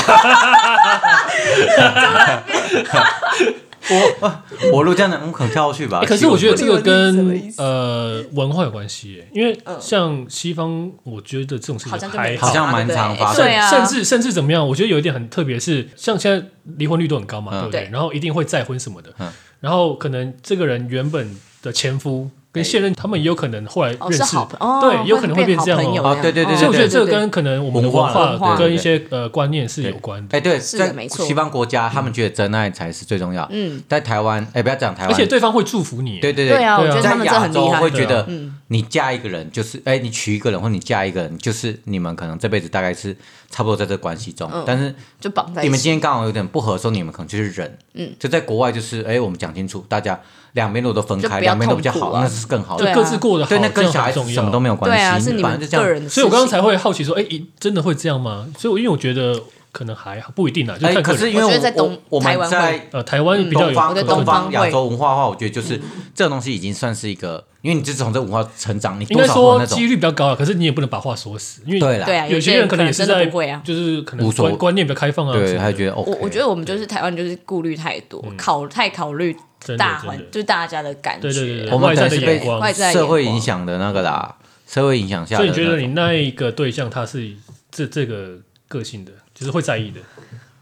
我我如果这样的，我可能跳过去吧
欸。可是我觉得这个
我理我
跟
自己什
呃文化有关系耶，因为像西方，我觉得这种事
嗯好
情
像就
还
没
好
好，像蛮常发
对
生
对啊，
甚至甚至怎么样？我觉得有一点很特别是，像现在离婚率都很高嘛，
嗯
对不对？
对
然后一定会再婚什么的，
嗯
然后可能这个人原本的前夫跟现任，他们也有可能后来
哦
认
是
识，
好朋友，
对，有可能会
变
变这样
好朋友
哦。
哦对对对
所以我觉得这个
对对对
跟可能我们的
文化
文化
文化
跟一些呃观念是有关的，
哎，对，
是的
在
没错
西方国家，他们觉得真爱才是最重要。
嗯，
在台湾，哎，不要讲台
而
湾，
且对方会祝福你，
对对
对啊，我觉得他
在
们这
亚
很
洲
厉害
会，觉得
对啊，
你嫁一个人就是，哎，你娶一个人或你嫁一个人，就是你们可能这辈子大概是差不多在这关系中
嗯，
但是
就绑在
你
一
们
起。
今天刚好有点不合的时候，你们可能就是忍，嗯，就在国外就是，哎，我们讲清楚，大家两边路都分
就
开，
不要
两边都比较
痛
好
苦，啊
那是更好
就
对
的
啊。
各自过得好，
对，那
这
跟
样
小孩
很
子
重
什
要
么都。没有关
对啊，
系，
是你
反
们
正就这
个
样。
人的事情，
所以我刚刚才会好奇说，哎、一真的会这样吗？所以我因为我觉得可能还好，不一定啦，就看
哎，
个人。
可是因为
我
我
觉得在东
我我
台
们
湾
在
会
呃，台湾比较
东
有
方
我觉得
东
东方
方
会
亚洲文化的话，我觉得就是这种东西已经算是一个，因为你就是从这文化成长，你
应
多
该
少会有
说
那种
几率比较高了，可是你也不能把话说死，因为
对啦，
对啊，
有
些
些人可
可能
也是
真的
在
不会啊。
就是可能
无所
观观念比较开放啊，
对，他觉得哦，
我我觉得我们就是台湾，就是顾虑太多，
嗯
考太考虑
真的
大
真
环
的，
就大家的感
对对对
觉
对，
我们
外
可
在
能
的
是
眼
被
光。
外在眼光
社会影响的那个啦，社会影响下的
所以
那
你
种，
觉得你那一个对象他是这这个个性的，就是会在意的，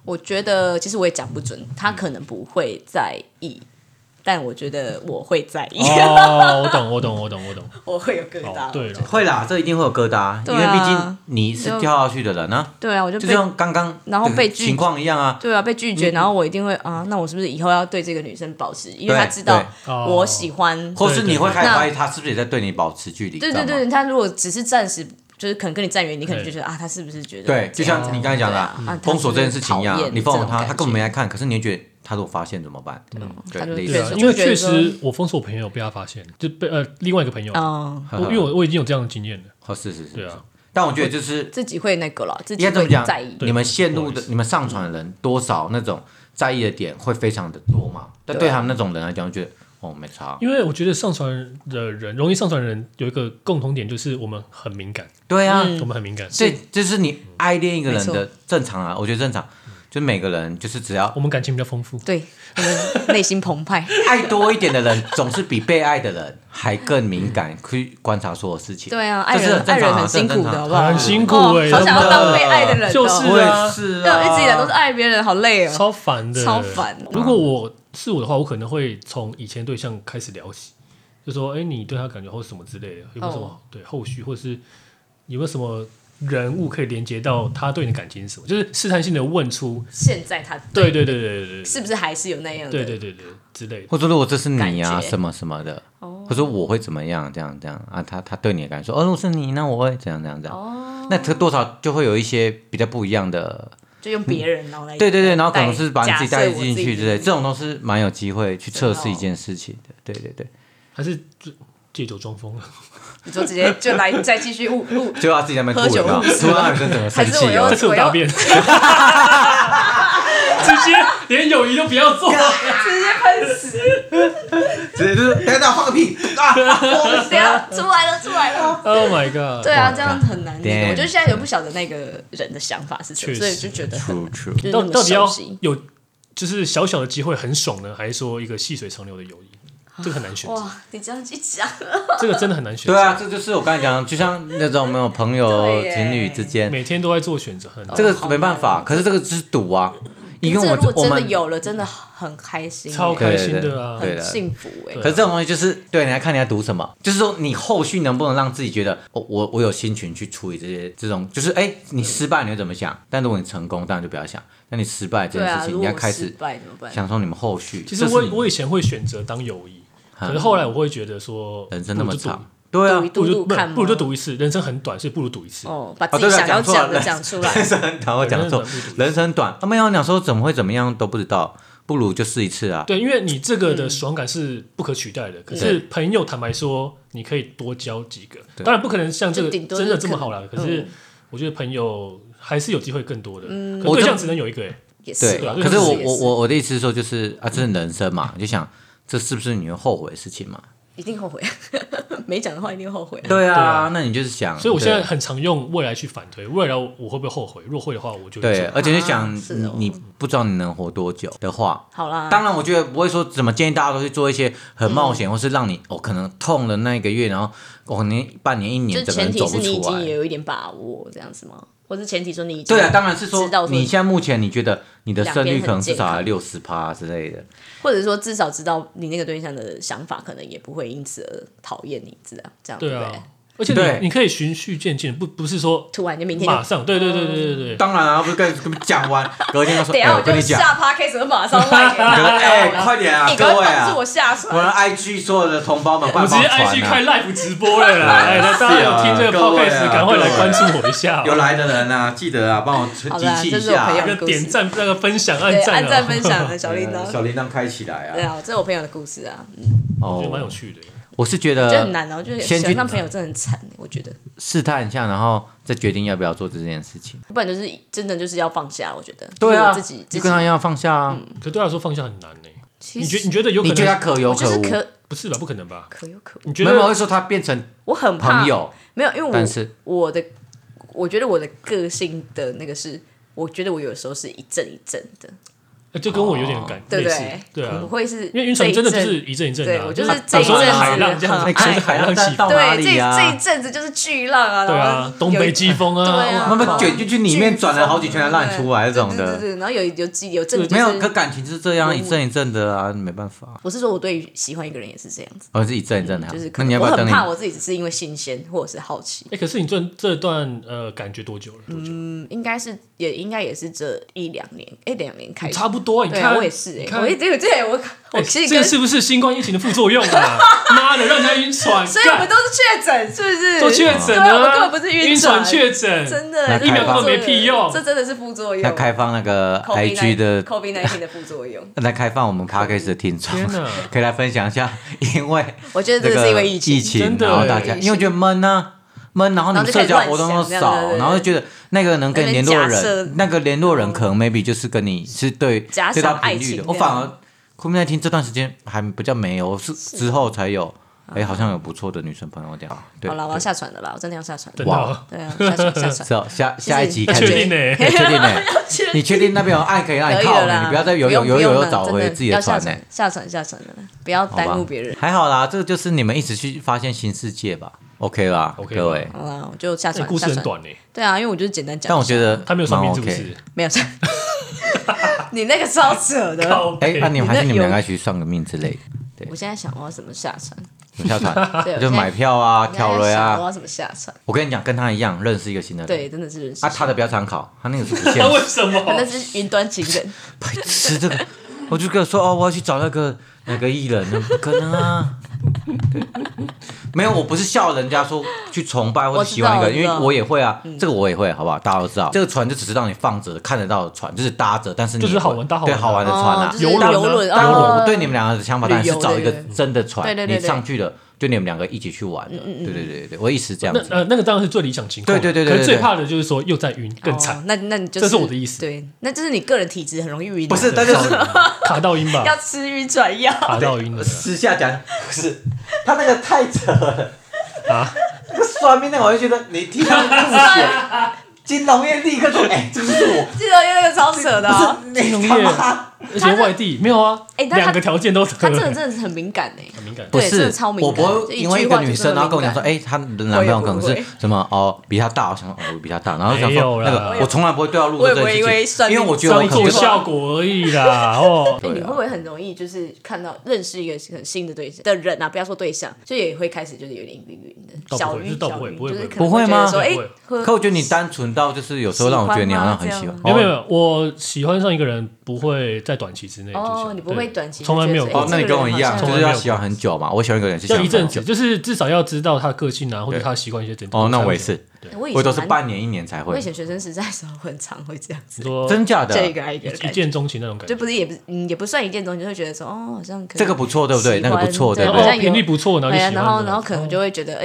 我觉得其实我也讲不准，
嗯
他可能不会在意，但我觉得我会在意，
[LAUGHS] 哦，我懂，我懂，我懂，我懂。
[LAUGHS] 我 [LAUGHS] 会有疙
哦
瘩。，
对了，
会啦，这一定会有疙瘩，
对
因为
啊
毕竟你是跳下去的人啊，
对啊，我就
就
被
像刚刚
然后被拒
情况一样啊，
对啊被拒绝，然后我一定会啊，那我是不是以后要对这个女生保持？因为
对
他知道
对哦
我喜欢，
或是你会开始
那
怀疑他是不是也在对你保持距离，
对
知道
对
吗
对，他如果只是暂时。就是可能跟你站远，你可能就觉得啊，他是不是觉得
对，就
这
像
样这样
你刚才讲的
对啊啊
嗯
啊
他
封锁
是
这
不是
件事情一样
讨，厌
你封锁
这种
他，
感
他根本没
觉
来看，可是你会觉得他如果发现怎么办？对
他就
类
对
似
对啊，
所以
因为
就觉得
确
说
实我封锁朋友被他发现，就被呃另外一个朋友，
嗯，
我因为我我已经有这样的经验了，
哦，是是是，
对
是
啊。
但我觉得就是
自己会那个了，自
应
己
该怎
会
么讲
在意，
对
你们陷入
不好
的
意、思
你们上传的人多少那种在意的点会非常的多嘛？但
啊
对他们那种人来讲，就觉得哦没
嗯
差，
因为我觉得上传的人容易上传的人有一个共同点，就是我们很敏感，
对啊，
嗯
我们很敏感，
所以就是你爱恋一个人
没
的正常啊，我觉得正常，就每个人就是只要
我们感情比较丰富。
对，我们内心
[LAUGHS]
澎湃。
爱多一点的人，总是比被爱的人还更敏
[LAUGHS]
感，去观察所有事情。
对啊，爱
这是
人
很正
爱人
常啊
很辛苦的，好不好？
很辛苦欸
哦好想要当被爱的人哦，
就是
我
啊
也是
对，
啊，
一直以来都是爱别人，好累哦。
超烦的，
超烦
如果我是我的话，我可能会从以前对象开始聊起，就说：“哎、你对他感觉或什么之类的，有没有什么、
哦
对后续，或者是有没有什么人物可以连接到他对你的感情是什么？就是试探性的问出，
现在他
对对对对对对，
是不是还是有那样的？
对对对对之类的。
或者如果这是你啊，
感哦觉
什么什么的，或者我会怎么样，这样这样啊，他他对你的感受，哦，如果是你，那我会怎样怎样怎样，
哦
那这多少就会有一些比较不一样的，
就用别人然后来
对对对，然后可能是把你自己带进去之类，
对
这种都是蛮有机会去测试
真的哦
一件事情的，对对对，
还是就借酒装
[LAUGHS]
疯了，
你说直
[LAUGHS]
接就来再继续误误，
就要自己在那边
喝
吐
酒
有没有
误事
突然女生整个生
还是我
气
又
哦
这。次我大便，直
[LAUGHS]
接连友谊都不要做，
直接喷死，
直接就是等等放个屁啊！
不要出来了出来了。
Oh my god！
对啊，
哇
这样很难理解。
damn
我就现在也不晓得那个人的想法是什
确
么，
实
所以就觉得很
[LAUGHS]
[LAUGHS]
出出，
就是那
到
么
到底要
熟悉
有就是小小的机会很爽呢，还是说一个细水长流的友谊？这个很难选择，
啊哇，你这样一讲，
这个真的很难选择。
对啊，，这就是我刚才讲
[LAUGHS]
的，就像那种没有朋友
对耶
情侣之间，
每天都在做选择，很难
这个没办法。可是这个就是赌啊，因为
哦这
我
如
们我
果真的
们
有了，真的很开心，
超
对
开
对
心
对
的啊
对
很
的。
幸福哎、
可是这种东西就是对，你要看你要赌什么，就是说你后续能不能让自己觉得，哦，我我有心情去处理这些这种，就是哎，你失败你会怎么想？但如果你成功，当然就不要想。那你失败这
对
件
啊，
事情，你
如果
要
我
开
失
始
败怎么办？
想说你们后续。
其实
这是
我
你啊
我以前会选择当友谊，可是后来我会觉得说，
人生那
不
么
如就赌
长，对啊
赌
不
一，赌
如
赌
就不
看吗？
不如就赌一次，人生很短，所以不如赌一次。
哦，把
哦
自己
对啊
想要
讲错了
讲的讲出来，
[LAUGHS] 人生很短，我讲错
人生很，短
人生短，啊他们要讲说怎么会怎么样都不知道，不如就试一次啊。
对，因为你这个的爽感是不可取代的。可是朋友，坦白说，你可以多交几个，
对
当然不可能像这个
就顶多
真的
就是
这么好啦。
可
可是
嗯
我觉得朋友还是有机会更多的，可
我
对
这
象只能有一个。欸
也是
对
啦，
对
可是我
也
我我我的意思是说，就是啊，这是人生嘛，你就想这是不是你会后悔的事情嘛？
一定后悔， [LAUGHS] 没讲的话一定后悔。
对
对啊
啊，那你就是想，
所以我现
对
在很常用未来去反推，未来我会不会后悔？若会的话，我就
对，而且就想
啊是哦啊
你你不知道你能活多久的话，
好啦，
当然我觉得不会说怎么建议大家都去做一些很
嗯
冒险，或是让你哦可能痛了那一个月，然后哦你半年一
就
年整个
前
人
提
走
是
不
你已
出
经也
来。
有一点把握这样子吗？或是前提说你已经
对啊，当然是说
知道说
你现在目前你觉得你的
两
胜率
边
可
很
能至
健
少还
康
六十趴之类的，
或者说至少知道你那个对象的想法，可能也不会因此而讨厌你，这样这样
对
不
啊
对？。
而且
对
你你可以循序渐进，不不是说
突然就明天
马
就。
上，对对对对对对对。
当然啊，不是跟跟你讲
[LAUGHS]
完，隔天就说，
等一
哎、
下
我
啊我就
跟你讲，
下 p o d c a s 马上赖给
可
他，
能 [LAUGHS] 哎快点啊
你赶
各位
快
啊
帮助我下
我的
船。
IG 所有的同胞们，
我
快
们直
帮
接
传
IG
啊
开！live 直播
[LAUGHS]
了啦！哎，那大家有听这个
各位啊
podcast，赶快
各
来
位啊
关注我一下哦。
[LAUGHS] 有来的人啊，记得啊，帮我
好
集
啦
气
这
一
是我
下
朋
那
友，
个点赞、那个分享、按
对，
赞、
按
啊，
赞分享的
[LAUGHS]
小铃铛，
啊小铃铛开起来
对
啊！
啊，这是我朋友的故事啊，
我觉得蛮有
哦，
趣的。
我是觉
就很
得
难哦，就是
先
喜
去
欢上朋友真的很惨，我觉得，
试探一下，然后再决定要不要做这件事情。
不然就是真的就是要放下，我觉得，
对啊，
就是我自己自
就
己嗯
跟他一样放下啊。
可对他来说放下很难呢、
其
你
实
觉你觉得有可
你觉得他
能？
可有
我就
可
是
无？
可
不是吧？不可能吧？
可有可无，
你觉
没有没有会
得
说他变成
我很怕
朋友，
没有，因为我
但是
我的我觉得我的个性的那个是，我觉得我有时候是一阵一阵的，
呃就跟我有点感
对
类
不
似
对？，
对啊
我。会是
因为晕船
这
真的
一
就
阵
是一阵一阵的、啊，
对我就是
啊
这一
有时候
阵子
海浪这样子，
很
有时候
爱
海浪起
到
伏，
哪
对这
里啊
这一阵子就是巨浪啊，
对
然后
啊，东北季风
有对
啊，
啊，
慢慢卷进去里面转了好几圈才让你出来这种
对对
的。
对，对然后有有几有阵子
没
就是
有，可感情就是这样一阵一阵的啊，没办法，
我是说，我对于喜欢一个人也是这样子，
哦，是一阵一阵的啊。
嗯就是可
那
能
你要不
我
要
很
等你？
怕我自己只是因为新鲜或者是好奇，
哎、可是你这这段呃感觉多久了？多久？
嗯，应该是也应该也是这一两年，哎，两年开始
差。不多，你
对啊，
看，
我也是
你
哎、
看
我一直有这我我
哎
其实
这
跟
个是不是新冠疫情的副作用
[LAUGHS]
啊？妈的，让人家晕船，
所以我们
干
都是确诊，是不是？
[LAUGHS] 都确诊
对啊
了、啊
我们根本不是
晕
船，
确诊，
真
那
的
疫苗根本
没屁用
这真的是副作用。
要开放那个 IG 的
COVID nineteen 的副作用，
来开放我们 podcast 的听众
天哪，
[LAUGHS] 可以来分享一下，因为
我觉得
这
这
个
是因为
疫
情，
真的欸
然后大家
疫情
因为我觉得闷啊。闷，然后你
然后
们
就开
社
始
交活动又
乱想这样对
少，
对对
然后就觉得那个能跟你联络
那边假设
人，那个联络人可能 maybe 就是跟你是对
假想
对他频
爱
率的
情。
我反而后面在听这段时间还比较没有，是之后才有，哎，好像有不错的女生朋友这样。对
啊好了，我要
对
下船了啦，我真的要下船。
真的
对
哇
哦、
啊，下船下
[LAUGHS]
船。
是哦，下下一集
要
开
确
始
定呢、
可哎以确定
[LAUGHS]
呢，你确定那边有岸可以让
可
你
以
靠
了
呢？
啦，
你不要再游
不
游
用
游
不
游
用
游
了
找回
真
自己的
要下
船呢
船。下船下船了，不要
好吧
耽误别人。
还好啦，这个就是你们一直去发现新世界吧。OK 啦
OK
各位。
好啦，我就下
这
船。
哎故事
下
很
船。
短呢、
对啊，因为我就是简单讲一下。
但我觉得
他没有算命
蛮
是不
OK
是？
没有上， [LAUGHS] 你那个超扯
[LAUGHS]
的。
靠
哎，
北
那你们还是你
有
们两个去算个命之类的，
[LAUGHS]
我现在想我要怎么下船，
什么下
对
船
我
就
现在
买票啊、
我现在
跳
在
雷
想我
啊。
要怎么下船？
我跟你讲，跟他一样认识一个新的人。
对，真的是人生
啊，他的不要参考，他那个是不
[LAUGHS]
他
现
为
实。
什么？
那是云端情人，
白痴，这个我就跟他说哦，我要去找那个哪个艺人，不可能啊。
[LAUGHS]
对没有，我不是笑人家说去崇拜或者
我知道
喜欢一个人，因
我知道嗯
为我也会啊，这个我也会，好不好？大家都知道，这个船就只是让你放着看得到的船，就是搭着，但是你
就是
也会
好玩搭好玩
对
的
好玩的船啊
哦，，就是
游
游
轮啊
轮
但我我
哦，
对你们两个的想法，当然是找一个
旅游的
真的船，
对对对对嗯
你上去了，就你们两个一起去玩的，对对对对对，我意思这样
那
子。
呃，那个当然是最理想情况。
对对对对对
可是最怕的就是说又在晕，更 [LAUGHS]
哦
惨，
那那你就
这
是
是我的意思
对，那就是你个人体质很容易晕，
不是，但就是
卡到晕吧，
要吃晕船药。
卡到晕了
私下讲，不是他那个太扯了，
啊！
那个算命那个我就觉得你听到吐血，
[LAUGHS]
金融业立刻说，哎，这个是我，
记得那个超扯的啊，
你
[LAUGHS]
金融
他
业
妈
而且外地没有啊，
哎但他
两个条件都合
他这个真的是很敏感哎、
很敏
[LAUGHS]
感。
不
对真
是
的超，敏
我
感
不
就
会
一
因为
句
一
话
个
就
女
这
生
么
然后跟我
敏
讲说，
感
哎，她的男朋友可能
我也
是
不会
什么哦，比她大，我想说哦，我比她大，然后想
没有
说那
啦
个我从来不会对她入
我
这
也
件
不会因为
事
算
情，
命
因为我觉得我
当
可能
做
就是
效果而已
[LAUGHS]
啦，哦，
哎、你会不会很容易就是看到认识一个很新的对象的人啊？不要说对象，就也会开始就是有点晕晕
倒不会
的，小晕
这倒不
小
会
晕，
不会
就是
不会
可能
不会
觉
吗
得说，哎、
不会
喝
可我觉得你单纯到就是有时候让我觉得你好像很喜欢
喜，
没有没
哦
有，我喜欢上一个人不会在短期之内就喜
哦，
欢
你不会
对
短期
从来没有过
哦，那你跟我一样，
从
就是
来没有
要喜欢很久嘛。我喜欢一个人是喜
要
欢
一
很
阵子，
久，
就是至少要知道他个性啊，或者
对
他习惯一些点。
哦，那我也。是，
我以
我
前
都是
蛮
半年一年才
我以
会，啊
前学生时代的时候很常会这样
[LAUGHS]
子
你，说
真假
这一
的，
个爱一个的
一
感觉，
见钟情那种感
就
觉，
不是也不是嗯也不算一见钟情，就会觉得说哦好像可能
这个不错，对不对？
喜
那
欢
个不错，
对
对不啊
好像
对？
哦频率不错，然后
哎
就
呀，
喜欢
然
了
后然后可能就会觉得哎、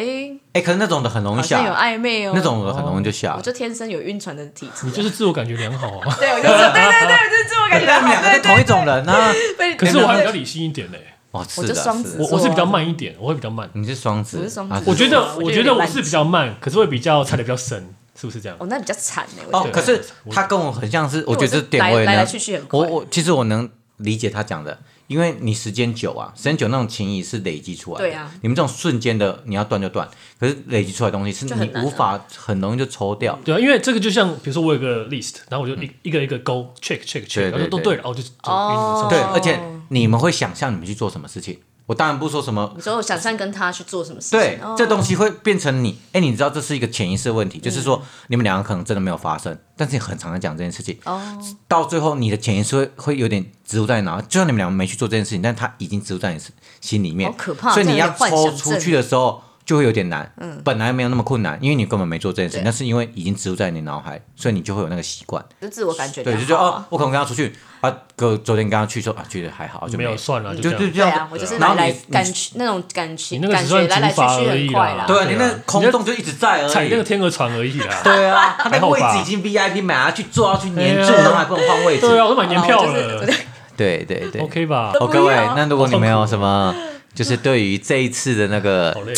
哎，可是那种的很容
好
易
像有
下，
暧昧哦，
那种的很容易就下
我。就天生有晕船的体质
你
啊，
就是自我感觉良好
[LAUGHS]
啊。
对我就说对对对，我就是自我感觉
但
良
你们 [LAUGHS] 两
好，
个
对
是同一种人啊！
被
可是我还比较
对
理性一点嘞，
哦，是
我就
的，
双
是
子
的
我我是比较慢一点，我会比较慢。
你是双子，
我是双子
啊
我觉得，
我
我觉
觉得
得
有点
我是比较慢，可是会比较踩的比较深，是不是这样？
哦那比较惨哎，我觉
哦
得，
可是他跟我很像是，我觉得这点我也
来来
能
来去去很快
我我其实我能理解他讲的，因为你时间久啊，时间久那种情谊是累积出来的。
对啊
你们这种瞬间的，你要断就断，可是累积出来的东西是
就
你
很难啊
无法很容易就抽掉。
对啊，因为这个就像，比如说我有个 list，然后我就一一个一个勾 check check
嗯对
check，然后都
对
对了，哦，就就
哦
晕
对，
上去
而且你们会想象你们去做什么事情。我当然不说什么
你说我想象跟他去做什么事情，
对，
哦嗯
这东西会变成你，哎，你知道这是一个潜意识问题，就是说你们两个可能真的没有发生，但是你很常在讲这件事情，
哦
到最后你的潜意识会会有点植入在你脑，就算你们两个没去做这件事情，但它已经植入在你心里面，
好可怕
所以你
这样
要
有点幻想
抽
症嗯
出去的时候就会有点难，本来没有那么困难，因为你根本没做这件事情，
对
但是因为已经植入在你脑海，所以你就会有那个习惯，
就自我感觉
对，
良
就觉得
好
哦
啊，，
我可能跟他出去啊，哥昨天跟他去说啊，觉得还好，就
没有算了，
就
就这
就
样。
这
对
样
啊，
子，
我就是
然
来
后
来
你
感那种感
你
情
那个
感
只算
觉来来去
竹筏
去
而已啦
很快啦，
对啊，
对啊
你那个空洞就一直在而已，
踩那个天鹅船而已啦。
对啊，他那
[LAUGHS] 还
个
好
位
吧
置已经 VIP 买下去坐下啊去粘住，
哎呀
然后还不能换位置。
对啊，我都买年票
好啦我
了
就是
对对对。
，OK 吧？
哦，
不要
各位，那如果你们有什
[LAUGHS]
么，就是对于这一次的那
好
个
累。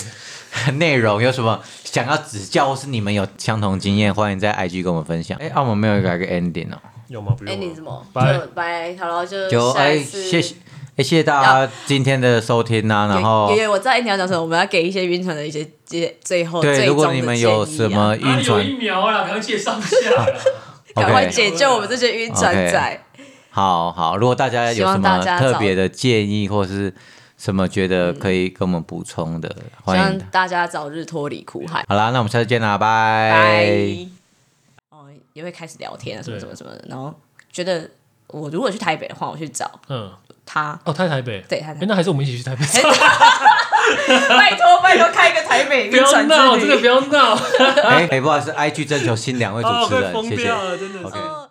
内容有什么想要指教，或是你们有相同经验，欢迎在 IG 跟我们分享。哎，澳门没有来个 ending 哦，
有吗？不
哎，
用
你
了。
怎么？
拜
就拜，好了，就
就
下
哎，
一次
谢谢。哎，谢谢大家今天的收听呐、啊，然后
也也我知道哎你要讲什么，我们要给一些晕船的一些些最后
对，
最
如果
终的
你们
建
有
议啊
什么
哪
晕
里有
船
疫苗啦，赶快介绍一下啦。
赶快
，OK，
解救我们这些晕船仔。
好好，如果大家
希
有
望
什
大
么
家
特
找
别的建议，或是什么觉得可以跟我们补充的，
希
欢
望
迎。
大家早日脱离苦海。
好啦，那我们下次见啦，拜。
拜。哦，也会开始聊天啊，什么
对
什么什么的，然后觉得我如果去台北的话，我去找
[LAUGHS] 嗯，
他。 [LAUGHS]
哦，他在台北。
对他在
哎那还是我们一起去台北。
拜托拜托，开一个台北
不
晕
要
船
闹，真
之
的不
旅。
要闹。
哎哎，不好意思，IG 征求新两位主持
哦，快
人， [LAUGHS]
疯
谢谢。
掉了，真的是。
OK。
哦